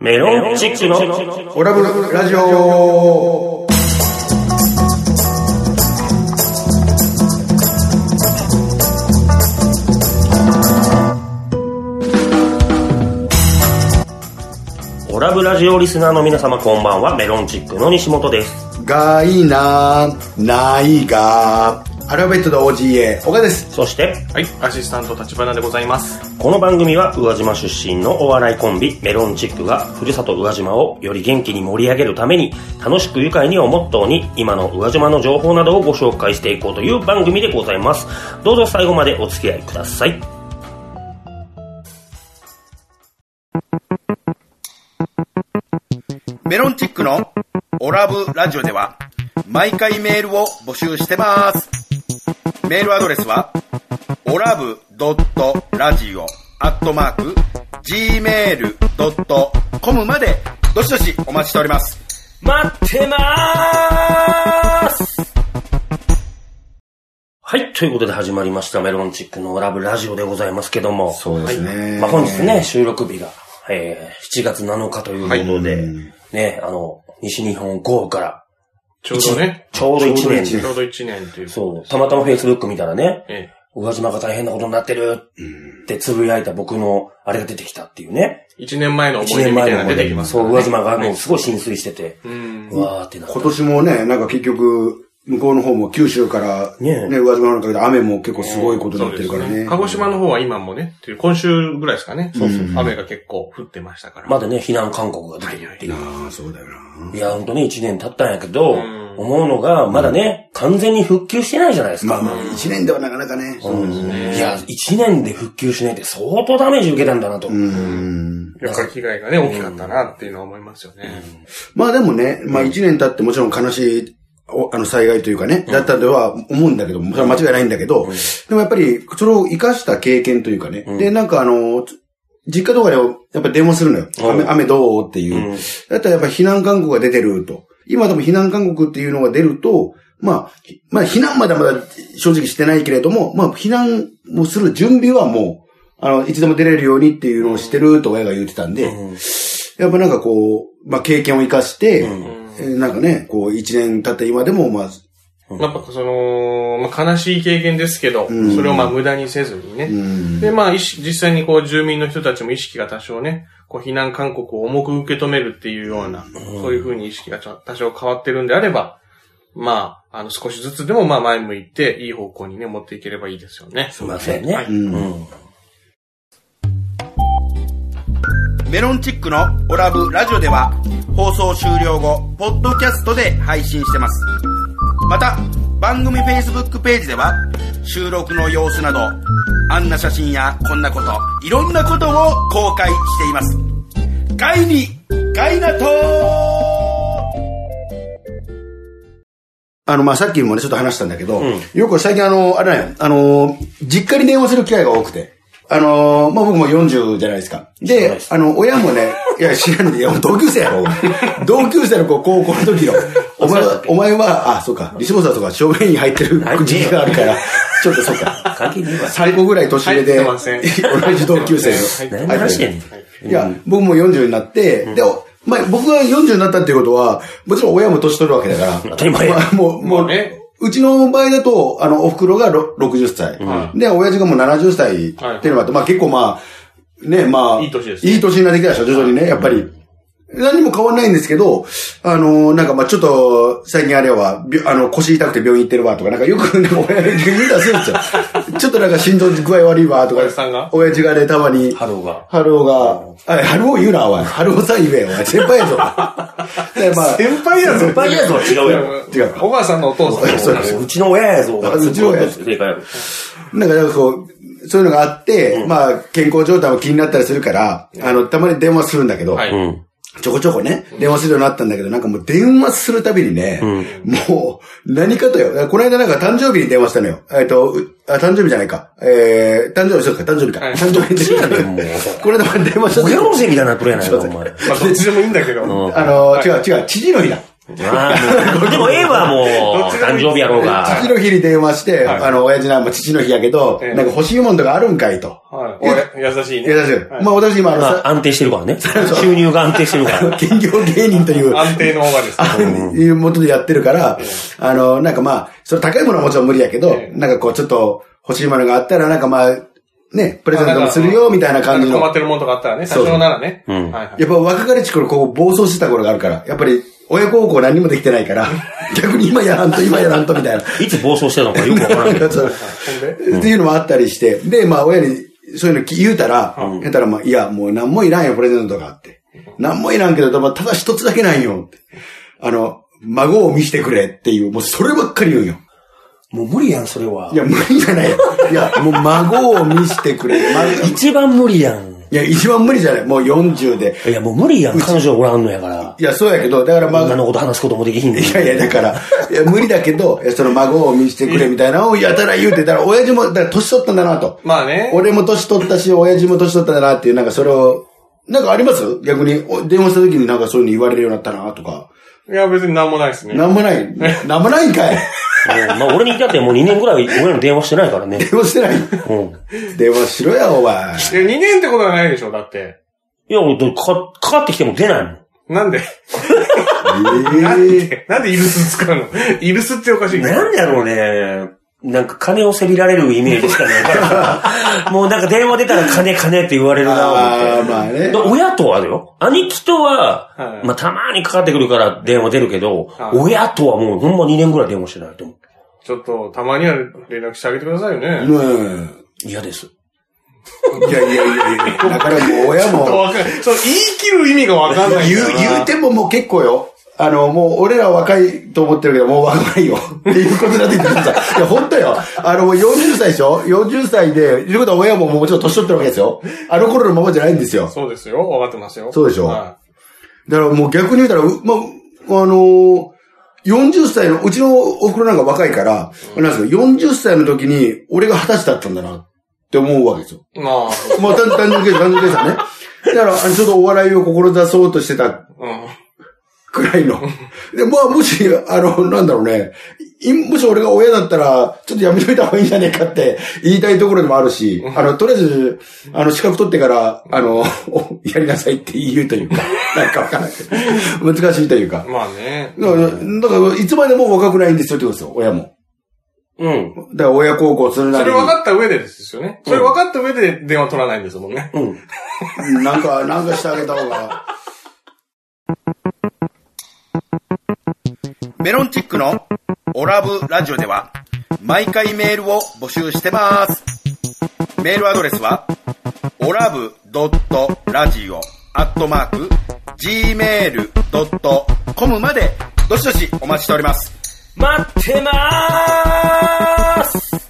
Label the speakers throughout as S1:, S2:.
S1: メロンチックの
S2: オラブラジオ
S1: オラブラジオリスナーの皆様こんばんは、メロンチックの西本です。
S2: がいいなないがアルファベットで OGA 岡です
S1: そして、
S3: はい、アシスタント立花でございます。
S1: この番組は宇和島出身のお笑いコンビ、メロンチックが、ふるさと宇和島をより元気に盛り上げるために、楽しく愉快にをモットーに、今の宇和島の情報などをご紹介していこうという番組でございます。どうぞ最後までお付き合いください。
S4: メロンチックのオラブラジオでは毎回メールを募集してます。メールアドレスはオラブドットラジオアットマーク gmail.com までどしどしお待ちしております。
S1: 待ってまーすはい、ということで始まりました、メロンチックのオラブラジオでございますけども。
S2: そうですね、
S1: まあ、本日ね、収録日が、えー、7月7日ということで、ね、あの、西日本豪雨から、
S3: ちょうどね、
S1: ちょうど1
S2: ちょうど一
S1: 年
S2: 年
S3: ちょうど1年という。
S1: そう、たまたま Facebook 見たらね、
S3: え
S1: 宇和島が大変なことになってるってつぶやいた僕のあれが出てきたっていうね。
S3: え。1年前の
S1: 1
S3: 思い出
S1: 年
S3: みた
S1: 前
S3: いな
S1: の
S3: の出てきます
S1: そ
S3: から
S1: う、
S3: ね。
S1: 宇和島がもうすごい浸水してて、
S3: うん。
S1: うわーってなって
S2: 今年もねなんか結局向こうの方も九州から
S1: ねえ
S2: ね上島の中で雨も結構すごいことになってるから
S3: そうです
S2: ね
S3: 鹿児島の方は今もね、という今週ぐらいですかね。そうそう。雨が結構降ってましたから。
S1: までね、避難勧告が出てるっていう。
S2: ああそうだよない
S1: や、本当に1年経ったんやけど、
S3: うん
S1: 思うのが、まだね、完全に復旧してないじゃないですか。
S2: まあまあ一年ではなかなかね
S1: いや、1年で復旧しないって相当ダメージ受けたんだなと。
S2: うん
S3: やっぱり被害がね、大きかったなっていうのは思いますよね。
S2: まあでもね、まあ一年経ってもちろん悲しい、おあの災害というかね、だったとは思うんだけども、それは間違いないんだけど、でもやっぱり、それを活かした経験というかね、で、なんかあの、実家とかでもやっぱり電話するのよ。雨、雨どうっていう。だったらやっぱ避難勧告が出てると。今でも避難勧告っていうのが出ると、まあ、ひまあ避難まだまだ正直してないけれども、まあ避難をする準備はもう、あの、いつでも出れるようにっていうのをしてると親が言ってたんで、やっぱなんかこう、まあ経験を生かして、えーなんかね、こう一年経って今でも、まあ、
S3: やっぱその、まあ、悲しい経験ですけど、それをまあ無駄にせずにね。で、まあ、意識実際にこう住民の人たちも意識が多少ね、こう避難勧告を重く受け止めるっていうような、そういうふうに意識がちょ多少変わってるんであれば、まあ、あの少しずつでもまあ前向いて、いい方向にね、持っていければいいですよね。
S1: すいませんね。うん
S4: メロンチックのオラブラジオでは放送終了後、ポッドキャストで配信してます。また、番組 Facebook ページでは収録の様子など、あんな写真やこんなこと、いろんなことを公開しています。ガイにガイナトー
S2: あの、まあさっきもね、ちょっと話したんだけど、よく最近あの、あれなんよ、あの、実家に電話する機会が多くて、あの、まあ僕も40じゃないですか。
S1: そう
S2: で
S1: で、す
S2: あの、親もね、いや、知らんで、いや、もう同級生や ろ、俺同級生の子、高校の時よ。お前は、お前は、あ、そうか、西本さんとか、正面に入ってる
S1: 入ってねえよ
S2: 時期があるから、ちょっとそうか。
S1: 関係ねえわ。
S2: 最後ぐらい年上で、
S3: 入ってませ ん
S2: 同じ同級生
S3: はい
S1: 何の話やねん。
S2: いや、僕も40になって、で、まあ、僕が40になったっていうことは、もちろん親も年取るわけだから。
S1: 当たり前や
S2: まあもう、も
S3: も
S2: う
S3: うね
S2: うちの場合だと、あの、お袋がろ60歳。で、親父がもう70歳っていうのもあって、まあ結構まあ、ね、まあ、
S3: いい年ですね
S2: いい年になってきたでしょ、徐々にね、やっぱり。何も変わんないんですけど、あのなんかまあちょっと、最近あれは、びょあの、腰痛くて病院行ってるわとか、なんかよく、なんか親父が言うんだするんです よ。ちょっとなんか心臓具合悪いわとか、
S3: 親父さんが
S2: 親父がね、たまに。
S1: ハローが。
S2: ハローが、あ、ハロー言うな、おい。ハローさん言えよ、おい。先輩や ぞ。で、まあ、
S3: 先輩や
S1: 先 輩やぞは違うやろ。
S2: 違う
S3: 小川さんのお父さん
S2: そうです
S1: うちの親やぞが。
S2: あうちの親やぞ
S1: 正解やろ。
S2: なんか、なんかこう、そういうのがあって、まあ、健康状態も気になったりするから、あの、たまに電話するんだけど、
S3: はい。
S1: うん。
S2: ちょこちょこね、電話するようになったんだけど、なんかもう電話するたびにね、もう、何かとよ。この間なんか誕生日に電話したのよ。えっと、うあ誕生日じゃないか。えー、誕生日、そうか、誕生日か。
S3: はい
S2: 誕生日に電話したの
S1: もう
S2: よ。この間電話した
S1: 親
S2: の
S1: のせいみたいになっとるやないか、お前。
S3: まあ、どっちでもいいんだけど。
S2: あの、違う違う、知事の日だ。
S1: まあも うでも A はもう、誕生日やろうが。
S2: 父の日に電話して、
S3: はい
S2: あの、親父なんも父の日やけど、
S3: ええ
S2: なんか欲しいもんとかあるんかいと。
S3: はい。お優し
S2: い
S3: い
S2: や、
S3: ね。
S2: だし
S3: はい
S2: まあ私今、あの、
S1: まあ、安定してるから ね。収入が安定してるから。
S2: さ 兼業芸人という、
S3: 安定の方がですね。
S2: あいうもとでやってるから、あの、なんかまあ、それ高いものはもちろん無理やけど
S3: え、え
S2: なんかこう、ちょっと欲しいものがあったら、なんかまあ、ね、プレゼントもするよ、みたいな感じの。
S3: 困っ
S2: や
S3: てるもんとかあったらね、多
S2: そう
S3: 少ならね。
S1: うん
S3: はいはい。
S2: っぱ若かりし頃、こう、暴走してた頃があるから、やっぱり、親孝行何もできてない から、逆に今やらんと、今やらんと、みたいな。
S1: いつ暴走してたのかよくわからん けど。
S2: そう
S3: ほん で
S2: っていうのもあったりして、で、まあ親にそういうの言うたら、言ったらまあ、いや、もう何もいらんよ、プレゼントとかって。何もいらんけど、まあただ一つだけないよって。あの、孫を見せてくれっていう、もうそればっかり言うんよ。。
S1: もう無理やん、それはい
S2: や、無理じゃないよ。いや、もう孫を見せてくれ。まい
S1: 一番無理やん。
S2: や、一番無理じゃない。もう40で。
S1: いや、もう無理やん。彼女おらんのやから。
S2: いや、そうやけど、だからまあ
S1: 女のこと話すこともできひんねん
S2: いやいや、だから、いや、無理だけど、いやその孫を見せてくれみたいなのをやたら言うてたら、親父も、だから年取ったんだなと。
S3: まあね。
S2: 俺も年取ったし、親父も年取ったなっていう、なんかそれを、なんかあります逆に、お電話した時になんかそういうの言われるようになったなとか。
S3: いや、別になんもないですね。
S2: なんもない。なんもないんかい。
S1: うんまあ、俺に至ってはもう2年ぐらい俺の電話してないからね。
S2: 電話してない。
S1: うん。
S2: 電話しろや、お前。
S3: いや、2年ってことはないでしょ、だって。
S1: いや、俺、かか、かかってきても出ないもん。
S3: なんで
S2: ええ
S3: なんでイルス使 うのイルスっておかしい
S1: なんだろうね。なんか金をせびられるイメージしかないから。もうなんか電話出たら金金って言われるな
S2: あ
S1: 思
S2: あ、
S1: って。
S2: まあね
S1: で。親とはだよ。兄貴とは、
S3: はい
S1: まあたまにかかってくるから電話出るけど、
S3: はい
S1: 親とはもうほんま2年ぐらい電話してないと思
S3: ちょっと、たまには連絡してあげてくださいよね。
S2: うん。
S1: う。嫌です。
S2: いやいやいやいやだからもう親
S3: ちょっと
S2: も、
S3: わかんない。そう、言い切る意味がわかんないん
S2: 言
S3: だよ
S2: う、
S3: な。
S2: 言うてももう結構よ。あの、もう俺らは若いと思ってるけど、もう若いよ。っていうことになってきてるんだ。いや、本当よ。あの、もう40歳でしょ ?40 歳で、ということは親ももうもちろん年取ってるわけですよ。あの頃のままじゃないんですよ。
S3: そうですよ。わかってますよ。
S2: そうでしょ
S3: は
S2: だからもう逆に言うたら、うまあ、あのー、40歳の、うちのお袋なんか若いから、なんですか、40歳の時に俺が二十歳だったんだなって思うわけですよ。
S3: い。まあ、
S2: まあ、単単純計算、単純計算ね。だから、あのちょっとお笑いを志そうとしてた
S3: うん。
S2: くらいの。で、まあ、もし、あの、なんだろうね、いもし俺が親だったら、ちょっとやめといた方がいいんじゃねえかって言いたいところでもあるし、あの、とりあえず、あの、資格取ってから、あの、 おやりなさいって言うというか、 なんかわからないけど。難しいというか。
S3: まあね。
S2: だから、だからいつまでも若くないんですよってことですよ、親も。
S1: うん。
S2: だから、親孝行するな
S3: そ
S2: り
S3: れ
S2: に。
S3: 分かった上でですよね。それ分かった上で電話取らないんですもんね。
S1: うん。
S2: なんか、なんかしてあげた方が。
S4: メロンチックのオラブラジオでは毎回メールを募集してます。メールアドレスはオラブドットラジオアットマーク gmail.com までどしどしお待ちしております。
S1: 待ってまーす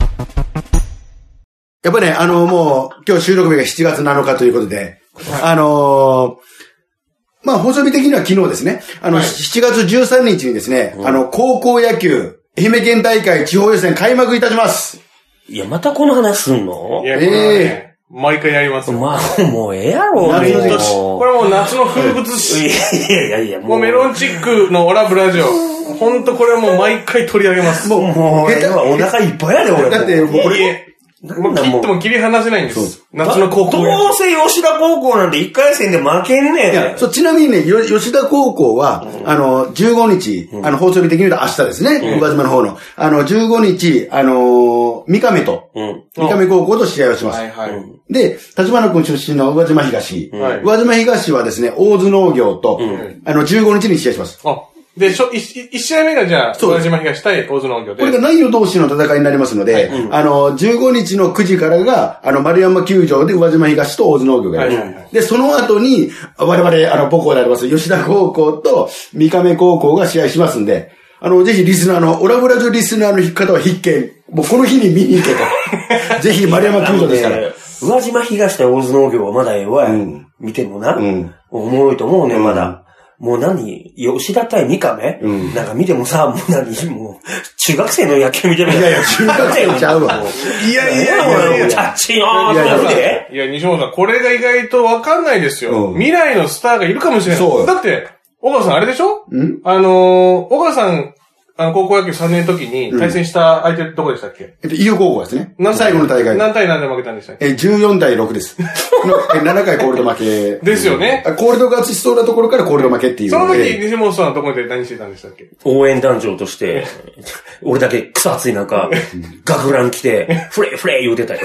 S2: やっぱね、あの、もう、今日収録日が7月7日ということで、あのーまあ、放送日的には昨日ですね、あの、7月13日にですね、あの、高校野球、愛媛県大会地方予選開幕いたします。
S1: いや、またこの話すんの
S3: いや、これはね、毎回やりますよ。
S1: まあ、もうええやろ、
S2: なるほど
S1: もう
S3: これはもう夏の風物詩。
S1: いやいやいや、
S3: もうメロンチックのオラブラジオ。ほんとこれはもう毎回取り上げます。
S2: もう、
S1: もう、俺はお腹いっぱいやで、俺も。
S2: だってもうこれ
S3: いえ
S1: なん
S3: 切
S1: だも
S3: って
S1: う。
S3: も切り離せないんです。夏の
S1: の
S3: 高校野
S1: どうせ吉田高校なんて1回戦で負けんねん。
S2: いや、そう、ちなみにね、よ吉田高校は、あの、15日、あの、放送日的に言うと明日ですね、宇和島の方の。あの、15日、あのー三亀と、
S1: うん。
S2: 三亀高校と試合をし
S3: 球。
S2: ます。
S3: はいはい。
S2: で、立花君出身の宇和島東。
S3: んはい
S2: 宇和島東はですね、大津農業と、
S1: ん
S2: あの、15日に試合します。
S3: あ、で、しょ、いい一試合目がじゃあ、
S2: そう
S3: 宇
S2: で
S3: 島東対大津農業で
S2: これ。が内容同士の戦いになりますので、あの、15日の9時からが、あの、丸山球場で宇和島東と大津農業がやる。
S3: はいはいは
S2: で、その後に、我々、あの、母校であります、吉田高校と三亀高校が試合しますんで、あの、ぜひリスナーの、オラブラジオリスナーの方は必見。もうこの日に見に行け と。ぜひ丸山球場ですから。
S1: 宇和島東対大津農業はまだええわ、見てもな、
S2: ん
S1: おもろいと思うね、まだ。もう何吉田対三亀、なんか見てもさ、もう何もう、中学生の野球見てるみたい
S2: いやいや中学生ちゃう わ
S1: いやいやいや、チャッチーなーってなるで。
S3: いや、西本さん、これが意外とわかんないですよ。
S2: うん
S3: 未来のスターがいるかもしれない。
S2: そうよ
S3: だって、小川さんあれでしょ
S2: ん
S3: あのー、小川さん、あの、高校野球3年の時に対戦した相手どこでしたっけ、
S2: えっと、伊予高校ですね。
S3: 何対
S2: 最後の大会。
S3: 何対何で負けたんでしたっけ
S2: えー、14対6です。の えー7回コールド負け。
S3: ですよね
S2: あコールド勝ちしそうなところからコールド負けっていう
S3: その時、
S2: えー
S3: 西本さんはどこで何してたんでしたっけ
S1: 応援団長として、俺だけ草熱い中、学ラン着て、フレフレ言うてたよ。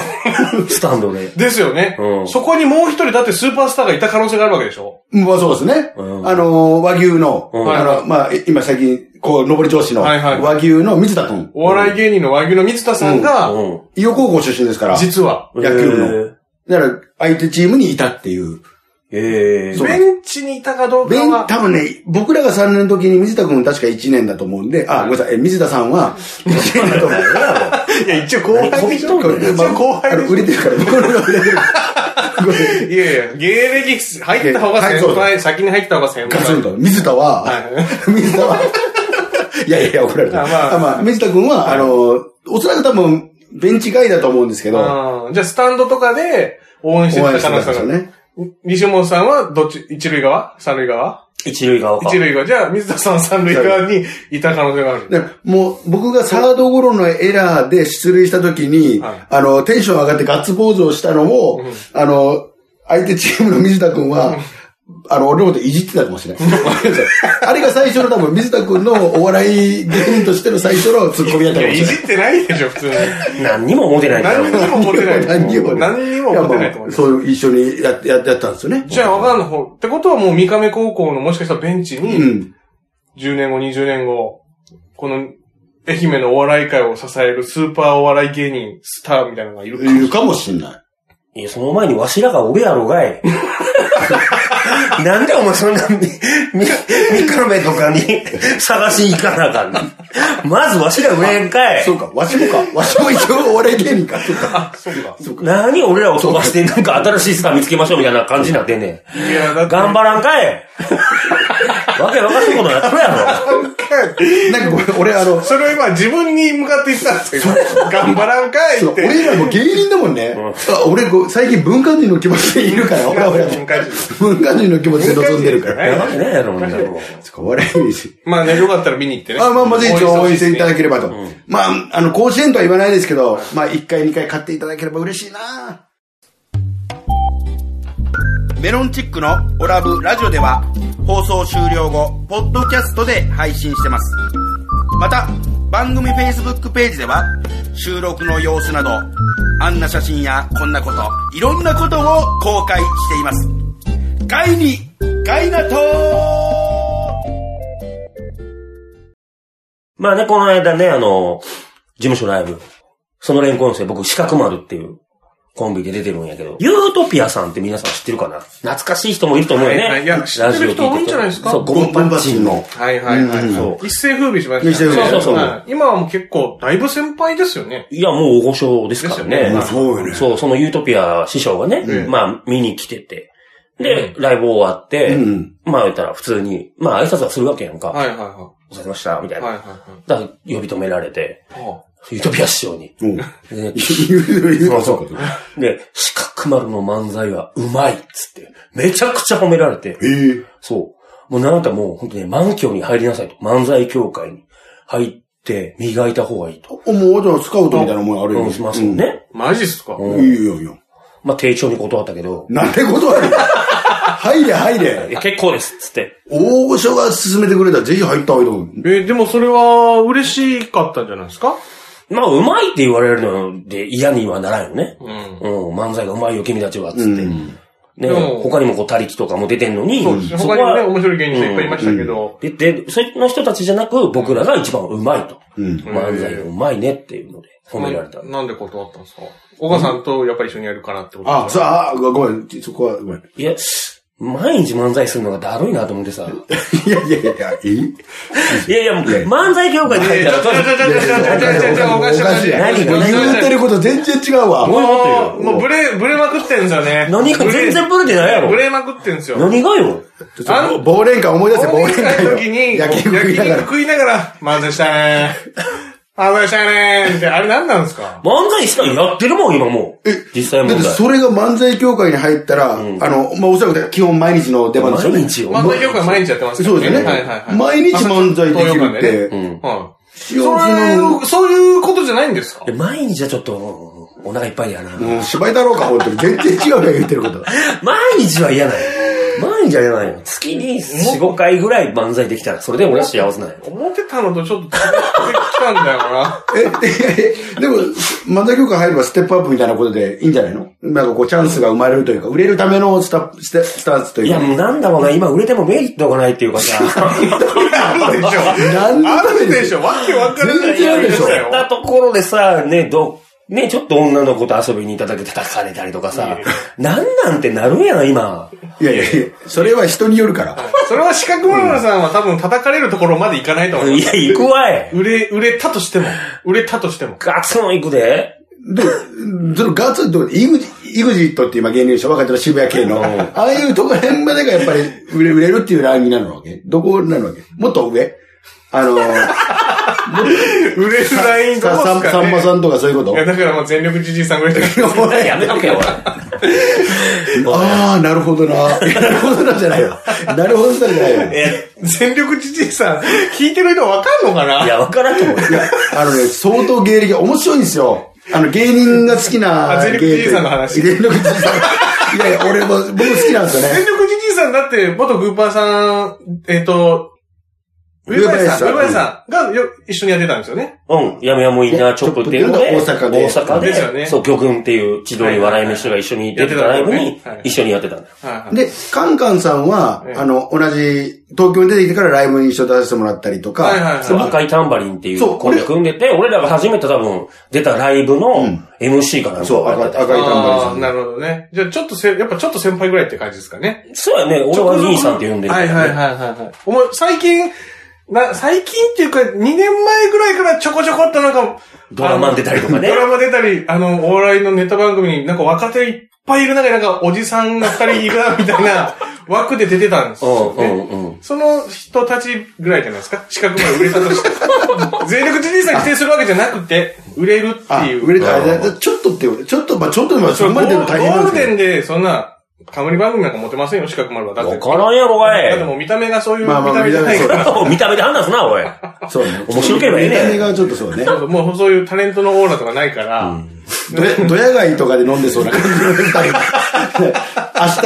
S1: スタンドで。
S3: ですよね、
S1: うん
S3: そこにもう一人だってスーパースターがいた可能性があるわけでしょ
S2: うんまあそうですね。
S1: うん
S2: あのー、和牛の、
S1: うん
S2: あの、まあ、え今最近、こう、上り調子の、
S3: はいはい
S2: 和牛の水田君。
S3: お笑い芸人の和牛の水田さんが、
S1: うん。
S2: 伊予高校出身ですから、
S3: 実は、
S2: 野球のだから、相手チームにいたっていう。
S1: えー。えー
S2: そう
S3: ベンチにいたかどうか
S2: ベン
S3: は、
S2: 多分ね、僕らが3年の時に水田君確か1年だと思うんで、あ、ごめんなさい、え水田さん は1年だと思う。
S3: いや、一応後輩でしょ
S2: これ
S3: 一応後
S2: あ
S3: 輩
S2: の
S3: でし
S2: 売れてるから、僕の売れてる。 ごめん
S3: ょいやいや、芸歴入った方が
S2: はい
S3: 先
S2: そう
S3: 輩、先に入った方が先
S2: ガツン
S3: 輩。
S2: と。水田は、
S3: は
S2: 水 田は、いやいや、怒られた。
S3: あまあ
S2: あまあ、水田君は、あの、おそらく多分、ベンチ外だと思うんですけど、応
S3: うんじゃあ、スタンドとかで応援
S2: 援
S3: し
S2: して
S3: て
S2: た
S3: た可
S2: ん
S3: 能性
S2: です
S3: があ
S2: よ
S3: る。
S2: ね。
S3: 西本さんはどっち、一塁側三塁側
S1: 一塁側か。
S3: 一塁側。じゃあ、水田さん三塁側にいた可能性がある。
S2: でもう、僕がサードゴロのエラーで出塁した時に、
S3: はい
S2: あの、テンション上がってガッツポーズをしたのを、あの、相手チームの水田君は、あの、俺のこといじってたかもしれ ない。あれが最初の多分、水田君のお笑い芸人としての最初のツッコミやっ
S3: い
S2: たか
S3: や、
S2: も
S3: い
S2: しれない
S3: じ。ってないでしょ、普通に。
S1: 何にも思ってないんだ
S3: 何
S1: よ。
S3: にも持てない。
S2: 何にも
S3: 何にも
S2: いや
S3: 持てないと
S2: まあ
S3: 思います。
S2: そう、一緒にやややったんですよね。
S3: じゃあ、わかんの方。ってことはもう、三亀高校のもしかしたらベンチに、
S2: うん。
S3: 10年後、20年後、この、愛媛のお笑い界を支えるスーパーお笑い芸人、スターみたいなのがいるかも
S2: いるかもしんない。
S1: いや、その前にわしらがおるやろがい。なんでお前そんな、み、み、三亀とかに探しに行かなあかんねんまずわしら上んかい
S2: そ。うか、わしもか。わしも一応お笑い芸人か。そうか。
S3: そうか。
S1: 何俺らを飛ばして、なんか新しいスター見つけましょうみたいな感じになってんねん。
S3: いや、だって、
S1: 頑張らんかいわけわからんことやってるやろ。
S2: なんかごめん、俺あの、
S3: それを今自分に向かって言ってたんですけど、頑張らんかい
S2: そう
S3: って。
S2: 俺らも芸人だもんね。あ俺こう、最近文化人の気持ちでいるから、俺は俺は
S3: 文化人
S2: 文化人の気持ちで臨んでるから。
S1: やばくないやろ、みんなも。
S2: そっか、お笑い芸人。
S3: まあね、よかったら見に行ってね。
S2: まあまあまあ、ぜひ一応応援していただ
S3: き。
S2: ければと。まあ、あの、甲子園とは言わないですけど、まあ、1回、2回買っていただければ嬉しいな
S4: メロンチックのオラブラジオでは放送終了後、ポッドキャストで配信してます。また、番組 Facebook ページでは収録の様子など、あんな写真やこんなこと、いろんなことを公開しています。ガイに、ガイナトー
S1: まあね、この間ね、あの、事務所ライブ。その連ン生、僕、四角丸っていうコンビで出てるんやけど、ユートピアさんって皆さん知ってるかな懐かしい人もいると思うよ
S3: はいは
S1: ね。
S3: いいや
S1: ラジオ聞
S3: 知ってる人多いんじゃないですか
S1: そう、ゴ
S2: ゴ
S1: ン
S2: ン
S1: パ
S2: パ
S1: ン
S2: ン
S1: パ
S2: パ
S1: チ
S2: チ
S1: ン
S2: ン
S1: の。
S2: の。
S3: はいはいは
S2: うん
S3: い。
S1: そう。
S3: 一世風靡しましたね。
S2: 一世風靡
S3: そうそう
S1: そう
S3: はい今はもう結構、だいぶ先輩ですよね。
S1: いや、もう大御所ですから
S3: ですよ
S1: ね
S3: ね。
S2: うんそうよね。
S1: そう、そのユートピア師匠がね、
S3: うん
S1: まあ、見に来てて。で、ライブ終わって、
S2: うん。
S1: まあ言ったら普通に、まあ挨拶はするわけやんか。
S3: はいはいは
S1: お疲れ様でした、みたい
S3: い。
S1: な。
S3: はいはい
S1: だから呼び止められて、
S3: はいは
S1: ユートピア師匠 に。
S2: うん。
S1: で
S2: 言う、言う、
S1: そうそ
S2: そううか。
S1: で、四角丸の漫才はうまいっつって、めちゃくちゃ褒められて、
S2: ええ。
S1: そう。もうなんかもう本当ね、満教に入りなさいと。漫才協会に入って磨いた方がいいと。
S2: おもう、じゃあスカウトみたいなもんある
S1: う
S2: よ。
S1: ん、しますよね。
S3: い。マジっすか
S1: う
S2: うんん。いいよ、いいよ。
S1: まあ、丁重に断ったけど、
S2: なん てことある入れ、入
S1: い
S2: れ。
S1: や結構ですっつって。
S2: 大御所が勧めてくれたらぜひ入った方がいいと思う。
S3: え、でもそれは嬉しかったんじゃないですか
S1: まあ、うまいって言われるので嫌にはならんよね。
S3: うん。
S1: うん、漫才がうまいよ、君たちは、つって。
S2: うん。
S1: ね、
S3: でも
S1: 他にもこう、他力とかも出てんのに、
S3: そうですね。
S1: こ
S3: 他にもね、
S1: は
S3: 面白い芸人さんいっぱいいましたけど。
S1: で、で、その人たちじゃなく、僕らが一番うまいと。
S2: うん。
S1: 漫才がうまいねっていうので、褒められた。
S3: ななんで断ったんですか小川さんとやっぱり一緒にやるからってこと
S2: あ、
S3: ですか
S2: さあ、ごごめん、そこは、ごめん。
S1: いや、毎日漫才するのがだるいなと思ってさ。
S2: いやいやいやいや、え
S1: いやいや、もう漫才協会に入っ
S3: え
S1: た
S3: ーちょちょ
S1: ら、
S3: ちょちょちょちょちょちょちょおかしいおかしい
S1: 何が
S2: 言ってること全然違うわ。
S1: どういうこと
S3: も
S1: よ。
S3: う、もうブレ、ブレまくってんですよね。
S1: 何か
S3: ブ
S1: 全
S3: レ
S1: 然ブレてないやろ
S3: ブレまくってんですよ。
S1: 何がよ。
S2: ちょっと忘年会思い出せ、忘
S3: 忘
S2: 年
S3: 年会
S2: 会
S3: の
S2: よ
S3: 時に、
S2: 焼き
S3: 焼
S2: 食いなが
S3: 肉
S2: ら。
S3: 食いながら、漫才したね。あごめんなさいねーって、あれ何なんですか
S1: 漫才師さんやってるもん、今もう。実際問
S2: だっ
S1: 題
S2: て。それが漫才協会に入ったら、
S1: うん
S2: あの、まあ、おそらく基本毎日の出番でしょうね。
S1: 毎日よ。
S3: 漫才業界毎日やってますか
S2: そ
S3: ら
S2: うですよね。
S3: はいはいはい。
S2: 毎日漫才できるっ
S3: 東洋館で
S2: て。
S1: う
S3: ね
S1: ん。
S3: はい。
S2: いや
S3: それ、そういうことじゃないんですか
S1: で毎日はちょっと、うんお腹いっぱいやな。
S2: そのもう芝居だろうか、本当に。全然違うね、言ってること。
S1: 毎日は嫌ない。毎日は嫌ないよ。月に4、5回ぐらい漫才できたら、それで俺は幸せなんよ。
S3: 思ってたのとちょっと違ってきたんだよな。
S2: え、で、でも、漫才協会入ればステップアップみたいなことでいいんじゃないのなんかこう、チャンスが生まれるというか、売れるためのスタステスタンスとい
S1: いう
S2: か。
S1: や、もうなんだろうな、今売れてもメリットがないっていうかさ、
S3: あるでしょ。
S2: 何の
S3: あ
S2: ため
S3: る
S2: に
S3: でしょ。わけわからない
S2: 全然あるでしょ
S3: やり方よ
S1: なところでさ、ね、ど、ね、ちょっと女の子と遊びに行っただけで叩かれたりとかさ、なんなんてなるんやな、今。
S2: いやいやいや、それは人によるから。
S3: それは四角村さんは多分叩かれるところまでいかないと思う
S1: い。や、行くわい。
S3: 売れ、売れたとしても。売れたとしても。
S1: ガツン行くで。
S2: で、そのガツンと、イグジイグジットって今芸人でしょ若手の渋谷系の。ああいうとこら辺までがやっぱり売れ売れるっていうラインになるわけどこなるわけもっと上あ のー、
S3: 売れるラインど
S2: さ
S3: こ
S2: さ
S3: で
S2: んさ
S3: すか
S2: んま
S3: ね
S2: さんとかそういうこと
S3: いや、だからもう全力じじいさんぐらいだけど。
S1: やめとけよ、
S2: ああ、なるほどな。なるほどなじゃないよ。なるほどなじゃないよ。
S1: 俺。え
S3: 全力じじいさん、聞いてる人わかんのかない
S1: や、わからんけど、
S2: いや、あのね、相当芸歴、面白いんですよ。あの、芸人が好きな
S3: あ
S2: 芸
S3: 全力じいさんの話
S2: 全力じいさん。いやいや、俺も、僕好きなんですよ ね。
S3: 全力じじいさんだって、元グーパーさん、えっ、と、上林さん、上
S2: 上林
S3: 林
S2: さ
S3: さんがよ一緒にやってたんですよね。
S1: うん、やめやもいいな、チョップっていうので、
S2: 大阪で
S1: 大阪で
S3: ですよね
S1: そう、魚群っていう千鳥笑い飯が一緒に出てたライブ
S3: はいはい
S1: に
S3: はい
S1: 一緒にやってたんだよ。
S3: はいはい。
S2: で、カンカンさんは
S3: ええ、
S2: あの、同じ、東京に出てきてからライブに一緒に出させてもらったりと
S3: はいはいは
S2: か、
S3: い
S1: そう、赤いタンバリンっていう
S2: そう
S1: コンビ組んでて、俺らが初めて多分出たライブの MC かなんか
S2: そう、
S1: や
S2: 赤
S1: っ
S2: い
S1: てた
S2: 赤いタンバリン
S3: あ
S2: さ
S3: あ
S2: ん
S3: ー、。なるほどね。じゃあちょっとせ、やっぱちょっと先輩ぐらいって感じですかね。
S1: そうやね、俺は兄さんって呼んでるか
S3: はい
S1: らね。
S3: はいはいはいはい。お前、最近、な、最近っていうか、2年前ぐらいからちょこちょこっとなんか、
S1: ドラマに出たりとかね
S3: あのドラマ出たり、あの、お笑いのネタ番組になんか若手いっぱいいる中でなんか、おじさんが2人いるな、みたい な枠で出てたんですよ、
S1: う
S3: ね。
S1: んうんうん。
S3: その人たちぐらいじゃないですか資格が売れた として。全力じじいさん否定するわけじゃなくて、売れるって
S2: あ、
S3: いう。
S2: 売れた、あちょっとっていう、ちょっと、まあちょっと、まあ
S3: そ
S2: そこ
S3: れゴ
S2: まで
S3: ー
S2: 出るの大変なん
S3: ゴール
S2: です
S3: デ
S2: け
S3: ンで、そんな、冠番組なんか持てませんよ、資格丸は。だって。
S1: わからんやろが
S3: だっても
S1: い。
S3: う見た目がそういう
S2: まあまあ
S3: 見た目じゃないから。
S1: 見た目で判断すな、おい。
S2: ど。そうね。
S1: 面白ければいいね
S2: 見た目がちょっとそうね。
S3: そうそうもうそういうタレントのオーラとかないから、
S2: どやドヤ街とかで飲んでそうな感じの二人 が明日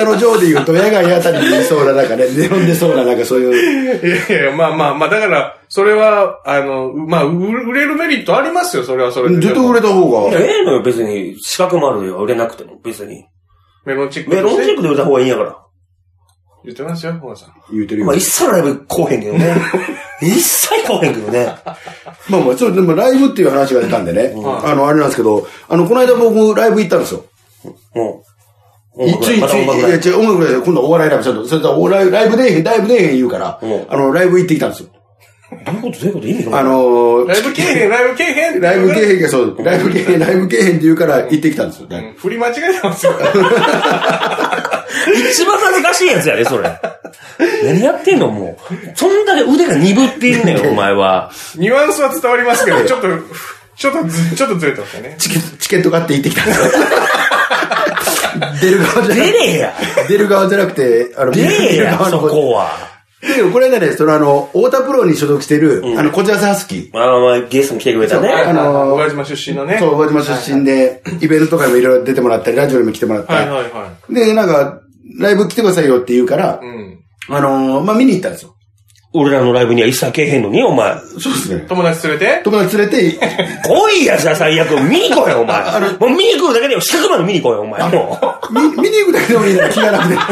S2: のジョーでいうドヤ街あたりにいそうな、なんかね、飲んでそうな、なんかそういう。
S3: いやいや、まあまあまあ、だから、それは、あの、うまあ、う売れるメリットありますよ、それはそれで。
S2: ずっと売れた方
S1: いや
S2: が。
S1: ええのよ、別に。四角丸よ、売れなくても、別に。
S3: メロンチック
S1: メ
S3: と
S1: ロン
S3: し
S1: チ
S3: て
S1: ックで売れた方がいいんやから。
S3: 言ってますよ、ほうさん。
S2: 言うてるよ
S1: まあ、。一切ライブ来おへんけ どね。一切来おへんけどね。
S2: まあまあ、そう、でもライブっていう話が出たんでね。
S3: ん
S2: あの、あれなんですけど、あの、この間僕ライブ行ったんですよ。
S1: もう。
S2: いつい
S1: ま
S2: つ
S1: た
S2: い、
S1: 音楽
S2: い
S1: ラ
S2: や
S1: イブ
S2: 違う、音楽ライブ、今度お笑いライブちゃんと、それとおライブライブでえへん、ライブでえへん言うから
S1: うん、
S2: あの、ライブ行ってきたんですよ。
S1: どういうことどういうこと意味が
S2: あ
S1: あの、
S2: のー
S3: ライブけえ へん、ライブけえへん。
S2: ライブけえへんが、そう、ライブけえへん、ライブけえへんって言うから行ってきたんですよ。
S3: うん振り間違えてますよ。
S1: 一番恥ずかしいやつやで、それ。何やってんの、もう。そんだけ腕が鈍って んねん、お前は。
S3: ニュアンスは伝わりますけど、ちょっと、ちょっとず、ちょっとずれてましたね。
S2: チケット、チケット買って行ってきたんですよ。出る側じゃなく
S1: 出
S2: て
S1: れや。
S2: 出る側じゃなくて、あの、
S1: 出れ
S2: 見る
S1: や、
S2: 側
S1: そ
S2: の
S1: こは。
S2: で、これ間ね、そのあの、太田プロに所属している、あの、こちらさハスキー。
S1: まあまあ、ゲストも来てくれた
S2: あ
S1: ね。
S2: のー
S3: 小島出身のね。
S2: そう、宇和島出身で、イベントとかにもいろいろ出てもらったり、ラジオにも来てもらっ
S3: はいは
S2: た
S3: いは
S2: り。で、なんか、ライブ来てくださいよって言うから
S3: い。う、ん。
S2: あのー、まあ、見に行ったんですよ。
S1: 俺らのライブには一切来えへんのに、お前。
S2: そうですね。
S3: 友達連れて
S2: 友達連れて、
S1: 来いや、じゃあ最悪。見に来いよ、お前。もう見に来るだけでよ、四角まで見に来いよ、お前。もう。
S2: 見 見に行くだけでもいいな、気が楽で。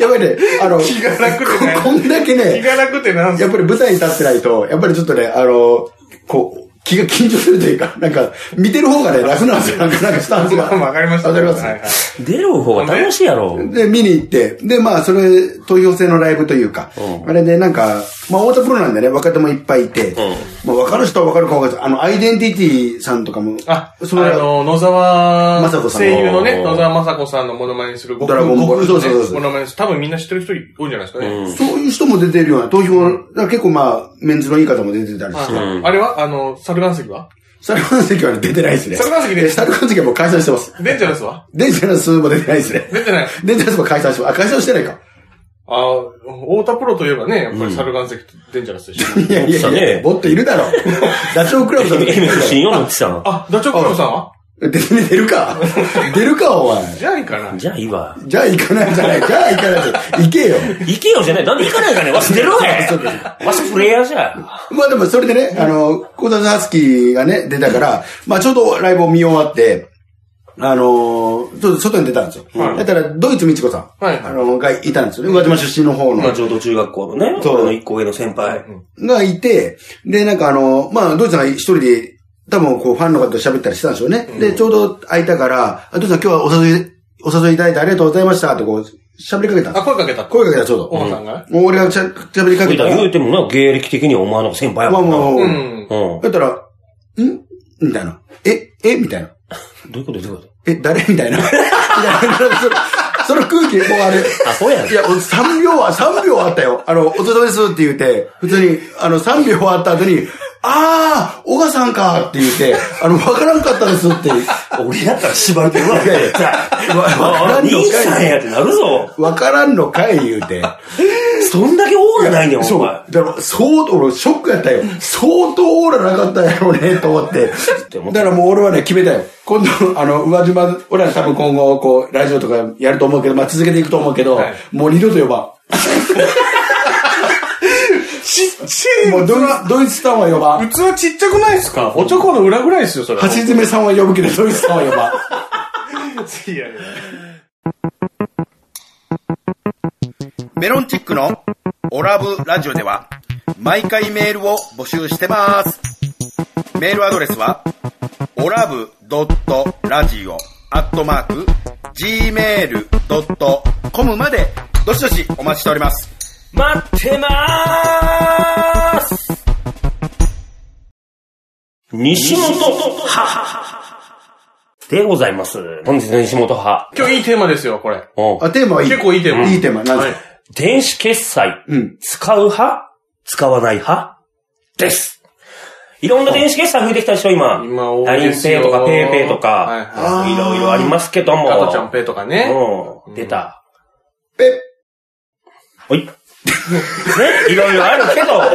S2: やっぱりね、あの、
S3: 気が楽でね
S2: ここんだけね、
S3: 気が楽ってなんす
S2: やっぱり舞台に立ってないと、やっぱりちょっとね、あの、こう、気が緊張するというか、なんか、見てる方がね、楽なんですよ。なんか、なんかスタンスが。
S3: わかり ました。
S2: わかりま
S3: はいはい
S2: す。
S1: 出る方が楽しいやろ。
S2: で、見に行って、で、まあ、それ、投票制のライブというか、あれで、なんか、まあ、太田プロなんでね、若手もいっぱいいて、まあ、分かる人は分かるか分かる人あの、アイデンティティさんとかも、
S3: あ、
S2: そ
S3: あ
S2: の、
S3: の、野沢
S2: 雅子さんの
S3: 声優のね、野沢雅子さんのモノマネする、
S2: ドラゴンボール
S3: 極
S2: そうそうそう
S3: モノマネする。多分みんな知ってる人多いんじゃないですかね。
S2: そういう人も出てるような投票、だから結構まあ、メンズのいい方も出てたりして、
S3: はいあれはあの、猿岩石は
S2: 猿岩石は出てないですね。
S3: 猿岩石出て
S2: え猿岩石はもう解散してます。
S3: デンジャラスは
S2: デンジャラスも出てないですね。
S3: 出てない。
S2: デンジャラスも解散してます。あ、解散してないか。
S3: ああ、太田プロといえばね、やっぱり猿岩石とデンジャラスでしょ。
S2: いやいやいや、もっといるだろう。ダチョウクラブさん。
S1: エミ不審よ、のっちさん。
S3: あ、ダチョウクロさんは
S2: 出てるか。出るか、お前。
S3: じゃあいいかな。
S1: じゃあいいわ。
S2: じゃあ行かないじゃない。じゃあ行かないじゃない。行けよ。
S1: 行けよじゃない。なんで行かないかね。わし出るわ。 わしプレイヤーじゃ。
S2: まあでもそれでね、あの、小田ハスキーがね、出たから、まあちょうどライブを見終わって、あのーちょっと外に出たんですよ。
S3: は
S2: だ
S3: い
S2: から、ドイツ美智子さん、
S3: はいはい
S2: あの、がいたんですよね。宇和島出身の方の。
S1: まあ、浄土中学校のね、
S2: そう
S1: 俺の一個上の先輩。
S2: がいて、で、なんかあの、まあ、ドイツさんが一人で、多分こう、ファンの方と喋ったりしてたんでしょうね。で、ちょうど空いたから、あドイツさん今日はお誘い、お誘いいただいてありがとうございましたってこう、喋りかけたんで
S3: あ、
S2: す。
S3: 声かけた。
S2: 声かけた、ちょう
S3: 大
S2: ど。
S3: 野さんが
S2: もう俺がしゃ喋りかけたら、
S1: 言うてもな、芸歴的にはお前の方が先輩や
S2: ま
S1: も
S2: あ
S1: ん
S2: まあ
S1: な。
S2: まあ、
S3: う
S2: うん、
S3: ん。
S1: うん。
S2: だったら、んみたいな。え、えみたいな。
S1: どういうことどういうこ
S2: え、誰みたいな。み たいなそのその空気、もうあれ。
S1: とあ、そうやん
S2: い。や、3秒は、3秒あったよ。あの、お疲れ様ですって言って、普通に、あの、3秒あった後に、あー、小川さんかって言って、あの、わからんかったですって。
S1: 俺やったら縛れてるわ。
S2: いやいやわわから
S1: あ
S2: んの
S1: 兄さ
S2: か
S1: んやっ
S2: い。
S1: てなるぞ。
S2: わからんのかい言うて。
S1: そんだけオーラないねん、
S2: そ
S1: お
S2: う。
S1: 前。
S2: だから、相当、俺、ショックやったよ。相当オーラなかったやろうね、と思って。だからもう俺はね、決めたよ。今度、あの、宇和島、俺ら多分今後、こう、ラジオとかやると思うけど、まあ続けていくと思うけど、
S3: はい
S2: もう二度と呼ば
S3: ちっち
S2: ん。もうドイツ、ドイツさんは呼ばん。
S3: ゃい。器ちっちゃくないですかおちょこの裏ぐらいですよ、それ。
S2: 橋爪さんは呼ぶけど、ドイツさんは呼ばん。
S3: いやいや。
S4: メロンチックのオラブラジオでは毎回メールを募集してます。メールアドレスはオラブドットラジオアットマーク gmail.com までどしどしお待ちしております。
S1: 待ってまーす西本派でございます。本日の西本派。
S3: 今日いいテーマですよ、これ。
S1: うん
S2: あ、テーマはいい。
S3: 結構いいテーマ
S2: いいテーマ。なん
S3: はい
S2: ですか
S1: 電子決済、
S2: うん
S1: 使う派使わない派です。いろんな電子決済増えてきたでしょ、今。
S3: 今多いですよ
S1: LINEPay とか PayPay と
S3: はい
S1: か、
S2: はい
S1: いろいろありますけども。
S3: ガトちゃんペイとかね。
S1: うん、出た。
S2: ペッ。
S1: おい。ね、いろいろあるけど、
S2: なんか、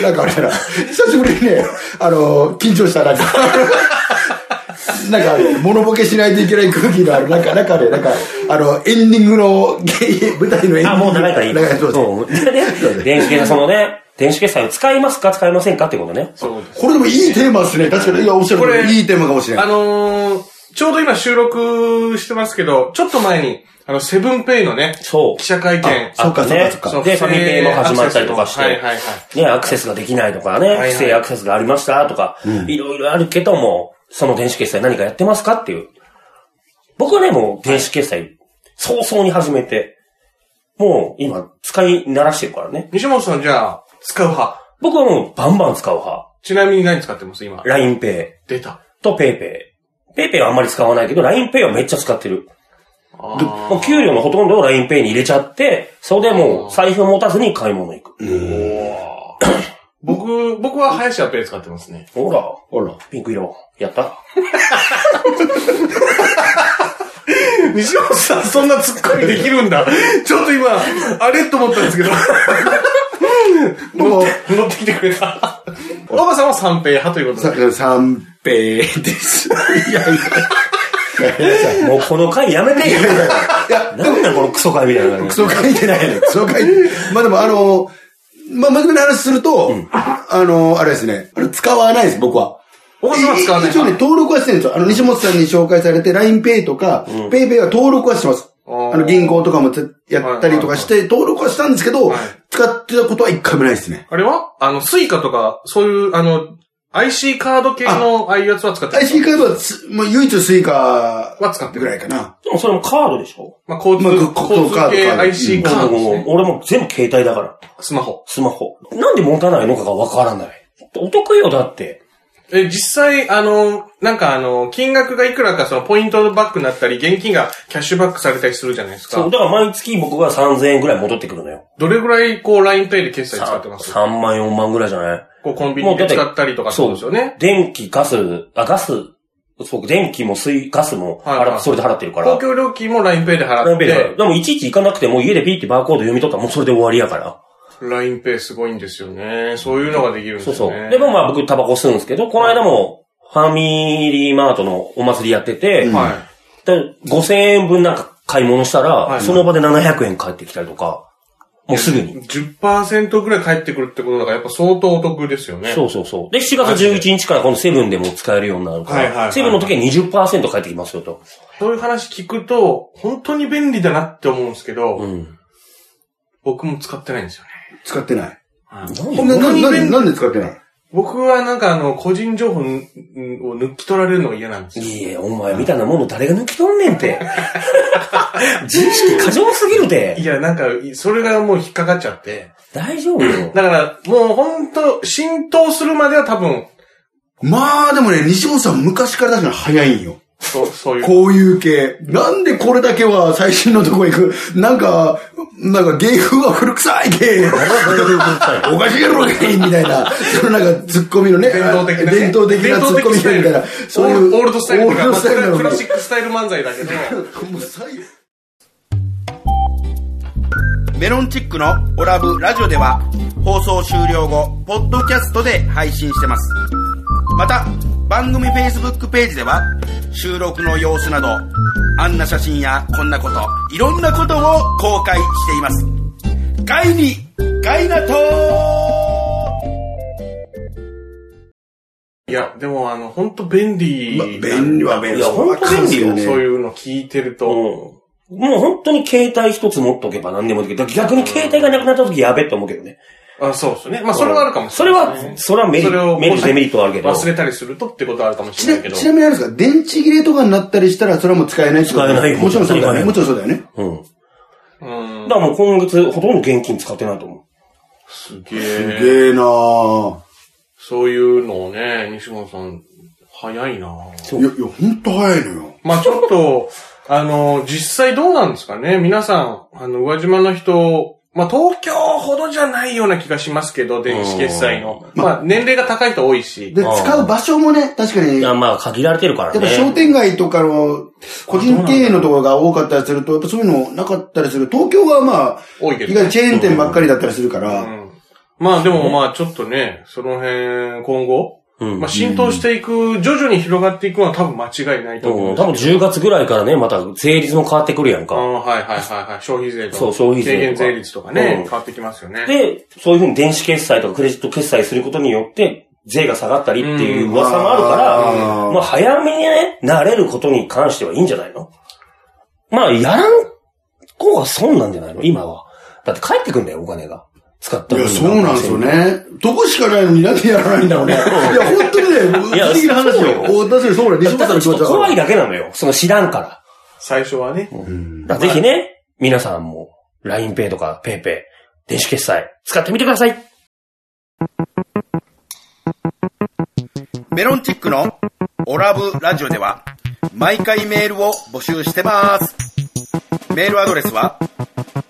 S2: なんかあれだな。久しぶりにね、あの、緊張した、なんか。 なんか、物ボケしないといけない空気のある、なんか、なんかあれ、なんか、あの、エンディングの、 舞台のエンディング。
S1: あ、もう長いからいい。
S2: 長い、そうです
S1: うんで電子決済、そのね、電子決済を使いますか使いませんかってことね。
S3: そうです。
S2: これでもいいテーマですね。確かに、いや、おっしゃる通り
S3: これ
S2: いいテーマかもしれな
S3: あ
S2: い。
S3: のー、ちょうど今収録してますけど、ちょっと前に、あの、セブンペイのね、
S1: そう
S3: 記者会見。
S2: あそっか
S1: ね
S2: そっかそ
S3: っか
S1: で、ファミペイも始まったりとかして、
S3: はいはいはい
S1: ね、アクセスができないとかね、
S3: はい
S1: 不正アクセスがありましたとか、いろいろあるけども、その電子決済何かやってますかっていう。僕はね、もう電子決済、早々に始めて、もう今、使い慣らしてるからね。
S3: 西本さんじゃあ、使う派。
S1: 僕はもうバンバン使う派。
S3: ちなみに何使ってます今。
S1: LINEPay
S3: 出た。
S1: と PayPay。PayPay はあんまり使わないけど、LINEPay はめっちゃ使ってる。
S3: あ
S1: もう給料のほとんどを LINEPay に入れちゃって、それでもう財布を持たずに買い物行く。
S3: 僕、僕は林家ペイ使ってますね。
S1: ほら。
S2: ほら。
S1: ピンク色、やった
S3: 西本さん、そんなツッコミできるんだ。 ちょっと今、あれと思ったんですけど。乗って、 乗ってきてくれ た。おばさんは三平派ということで。
S2: さ三平です。いやいや。
S1: もうこの回やめてよ
S2: いや、
S1: なんだこのクソ回みたいな感
S2: ク
S1: じ。
S2: ソ書いてないね。クソ書いて。まあでもあの、まあ真面目な話すると、あの、あれですね。あれ使わないです、僕は。
S3: おばさんは使わない
S2: 一応ね、
S3: 派。
S2: 登録はしてるんですよ。あの、西本さんに紹介されて、LINEPay とか、PayPay は登録はしてます。
S3: あー
S2: あの、銀行とかもつやったりとかして、登録はしたんですけど
S3: はい、
S2: 使ってたことは一回もないですね。
S3: あれはあの、スイカとか、そういう、あの、IC カード系の、ああいうやつは使ってる
S2: IC カードはつ、まあ、唯一スイカ
S3: は使って
S2: ぐ
S3: る。
S2: らいかな。
S1: でもそれもカードでしょ
S3: まあ、交通、
S2: まあ
S3: 交
S2: 交通カード
S3: 通系
S2: カード
S3: IC カードです
S1: もう
S3: ね。
S1: 俺も全部携帯だから。
S3: スマホ。
S1: スマホ。なんで持たないのかがわからない。お得よ、だって。
S3: え、実際、あの、なんかあの、金額がいくらか、その、ポイントバックになったり、現金がキャッシュバックされたりするじゃないです
S1: そう、
S3: か。
S1: だから毎月僕が3000円ぐらい戻ってくるのよ。
S3: どれぐらい、こう、LINEPay で決済使ってます
S1: 3万4万ぐらいじゃない
S3: こう、コンビニで使ったりとかそうですよね。
S1: 電気、ガス、あ、ガス、そう、電気も水、ガスも、
S3: はい
S1: あ
S3: は
S1: ら
S3: い
S1: それで払ってるから
S3: 公。共料金も LINEPay で払っ
S1: LINEPay で払う
S3: て、
S1: でもいちいち行かなくても家でピーってバーコード読み取ったらもうそれで終わりやから。
S3: LINEPay すごいんですよね。そういうのができるんです
S1: そう
S3: よね。
S1: そう。でもまあ僕タバコ吸うんですけど、この間もファミリーマートのお祭りやってて、
S2: うん
S3: はい。
S1: で5000円分なんか買い物したら、
S3: い
S1: その場で700円返ってきたりとか、もうすぐに。
S3: 10%ぐらい返ってくるってことだから、やっぱ相当お得ですよね。
S1: そうそうそう。で、7月11日からこのセブンでも使えるようになるか
S3: はいはいは
S1: ら、
S3: い
S1: セブンの時は20%返ってきますよと。
S3: そういう話聞くと、本当に便利だなって思うんですけど、
S1: うん。
S3: 僕も使ってないんですよね。
S2: 使ってない。
S1: 何
S2: ほんで、な、
S3: 僕に
S2: な、
S3: 便利
S2: なんで使ってない
S3: 僕はなんかあの、個人情報を抜き取られるのが嫌なんですよ。
S1: いいえ、お前みたいなもの誰が抜き取んねん って。自意識過剰すぎる
S3: い
S1: で。
S3: や、なんか、いそれがもう引っかかっちゃって。
S1: 大丈夫よ。
S3: だから、もう本当浸透するまでは多分、
S2: まあでもね、西本さん昔から出すの早いんよ。
S3: そう、そういう。
S2: こういう系。なんでこれだけは最新のとこ行く。なんか、なんか芸風は古臭い 系。おかしいやろ芸みたいな。そのなんかツッコミのね。
S3: 伝統的な、ね。
S2: 伝統的なツッコミみたいな。そういう。
S3: オールドスタイル
S2: オー
S3: とか、
S2: ルド
S3: まあ
S2: ス
S3: そ
S2: タイ
S3: れ
S2: ル
S3: は
S2: の
S3: クラシックスタイル漫才だけど、
S2: もう最
S4: メロンチックのオラブラジオでは放送終了後、ポッドキャストで配信してます。また、番組 Facebook ページでは収録の様子など、あんな写真やこんなこと、いろんなことを公開しています。ガイに、ガイナトー
S3: いや、でもあの、本当便利
S2: まあ
S3: な
S2: 便利は便利。
S1: いやほんと便利よ
S2: わかるんです
S3: そういうの聞いてると、
S1: うん。もう本当に携帯一つ持っとけば何でもできる。だから逆に携帯がなくなった時やべえと思うけどね。
S3: あそうですね。まあ、それはあるかもし
S1: そ
S3: れ
S1: れ
S3: ないですね、
S1: は、それはメリ
S3: それを
S1: メリット、デメリットはあるけど。
S3: 忘れたりするとってことはあるかもし
S2: ち
S3: れ
S2: な
S3: な
S2: い
S3: けど。
S2: ちなみにあれですか、電池切れとかになったりしたら、それはもう使えないってこと
S1: 使えないよ
S2: もちろんそうだよね。も
S1: も
S2: ちろんそうだよね。
S1: うん。
S3: うん
S1: だ。からもう今月ほとんど現金使ってないと思
S3: す
S2: す
S3: げえ。
S2: げえなぁ。
S3: そういうのをね、西本さん、早いなぁ
S2: いや、いや、ほんと早いのよ。
S3: まあちょっと、 あの、実際どうなんですかね皆さん、あの、宇和島の人、まあ東京ほどじゃないような気がしますけど、電子決済の。まあ年齢が高い人多いし。
S2: で、使う場所もね、確か
S1: う。
S2: に
S1: いや、まあ限られてるから
S2: やっぱ
S1: ね。
S2: 商店街とかの個人経営のところが多かったりすると、やっぱそういうのなかったりする。東京はまあ、
S3: 多いけど
S2: 意外にチェーン店ばっかりだったりするから、
S3: うんまあでもまあちょっとね、その辺、今後、
S1: うん
S3: まあ浸透していく、徐々に広がっていくのは多分間違いないと
S1: う。
S3: 思うん
S1: 多分10月ぐらいからね、また税率も変わってくるやん
S3: あ
S1: か。
S3: はいはいはいはい。消費税とか。
S1: そう消費税と
S3: 軽
S1: か
S3: 減税率とかね、
S1: うん
S3: 変わってきますよね。
S1: で、そういうふうに電子決済とかクレジット決済することによって、税が下がったりっていう噂もあるから、
S2: うん
S1: まあ早めにね、慣れることに関してはいいんじゃないのまあ、やらん子が損なんじゃないの今は。だって返ってくんだよ、お金が。使った
S2: い
S1: 分が
S2: や、そうなんですよ。ね。どこしかないのになんでやらないんだろうね。いや、本当にね、
S1: いや
S2: 不思議な話
S1: そう
S2: よ。
S1: よ
S2: お確かにそうだ、西
S1: だ
S2: 本さ
S1: か
S2: ん
S1: らち
S2: の気
S1: ょ
S2: 持
S1: っ
S2: ち
S1: と
S2: は
S1: 怖いだけなのよ。その知らんから。
S3: 最初はね。
S2: うん
S1: だからぜひね、皆さんも LINEPay とか PayPay、電子決済、使ってみてください
S4: メロンチックのオラブラジオでは毎回メールを募集してます。メールアドレスは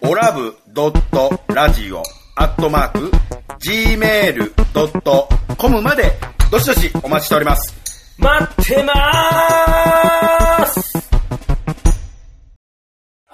S4: オラブドットラジオアットマーク gmail.com までどしどしお待ちしております。
S1: 待ってまーす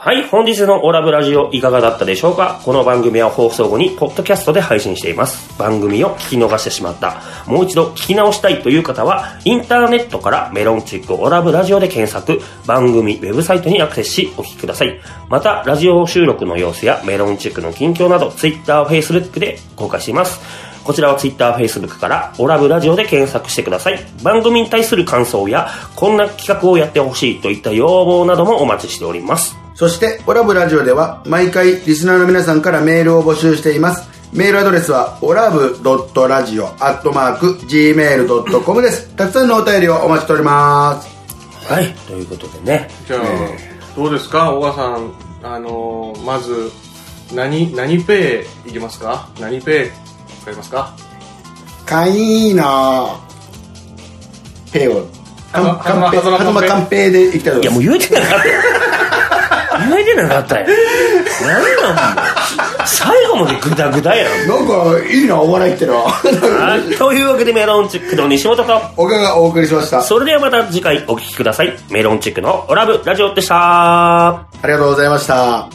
S1: はい、本日のオラブラジオいかがだったでしょうかこの番組は放送後にポッドキャストで配信しています。番組を聞き逃してしまった、もう一度聞き直したいという方は、インターネットからメロンチックオラブラジオで検索、番組ウェブサイトにアクセスしお聞きください。また、ラジオ収録の様子やメロンチックの近況など、Twitter、Facebook で公開しています。こちらは Twitter、Facebook から、オラブラジオで検索してください。番組に対する感想や、こんな企画をやってほしいといった要望などもお待ちしております。
S2: そして、オラブラジオでは毎回リスナーの皆さんからメールを募集しています。メールアドレスは、オラブドットラジオアットマーク gmail.com です。たくさんのお便りをお待ちしております。
S1: はい、ということでね。
S3: じゃあ、どうですか、小川さん、あのーまず、何、何ペイいきますか何ペイ使いますか
S2: かいいなぁ。ペオ。かん、
S3: はざ
S2: か
S3: ま
S2: んぺい、
S3: はざま
S2: はずまかんぺいでいきたいと
S1: いや、も
S2: 思
S1: う
S2: い
S1: 言えてなかったよ。言えてなかったよ。なんなんもう最後までグダグダやん。
S2: ます。なんか、いいなお笑いっての は。
S1: はいというわけでメロンチックの西本と、
S2: おかがお送りしました。
S1: それではまた次回お聞きください。メロンチックのオラブラジオでした。
S2: ありがとうございました。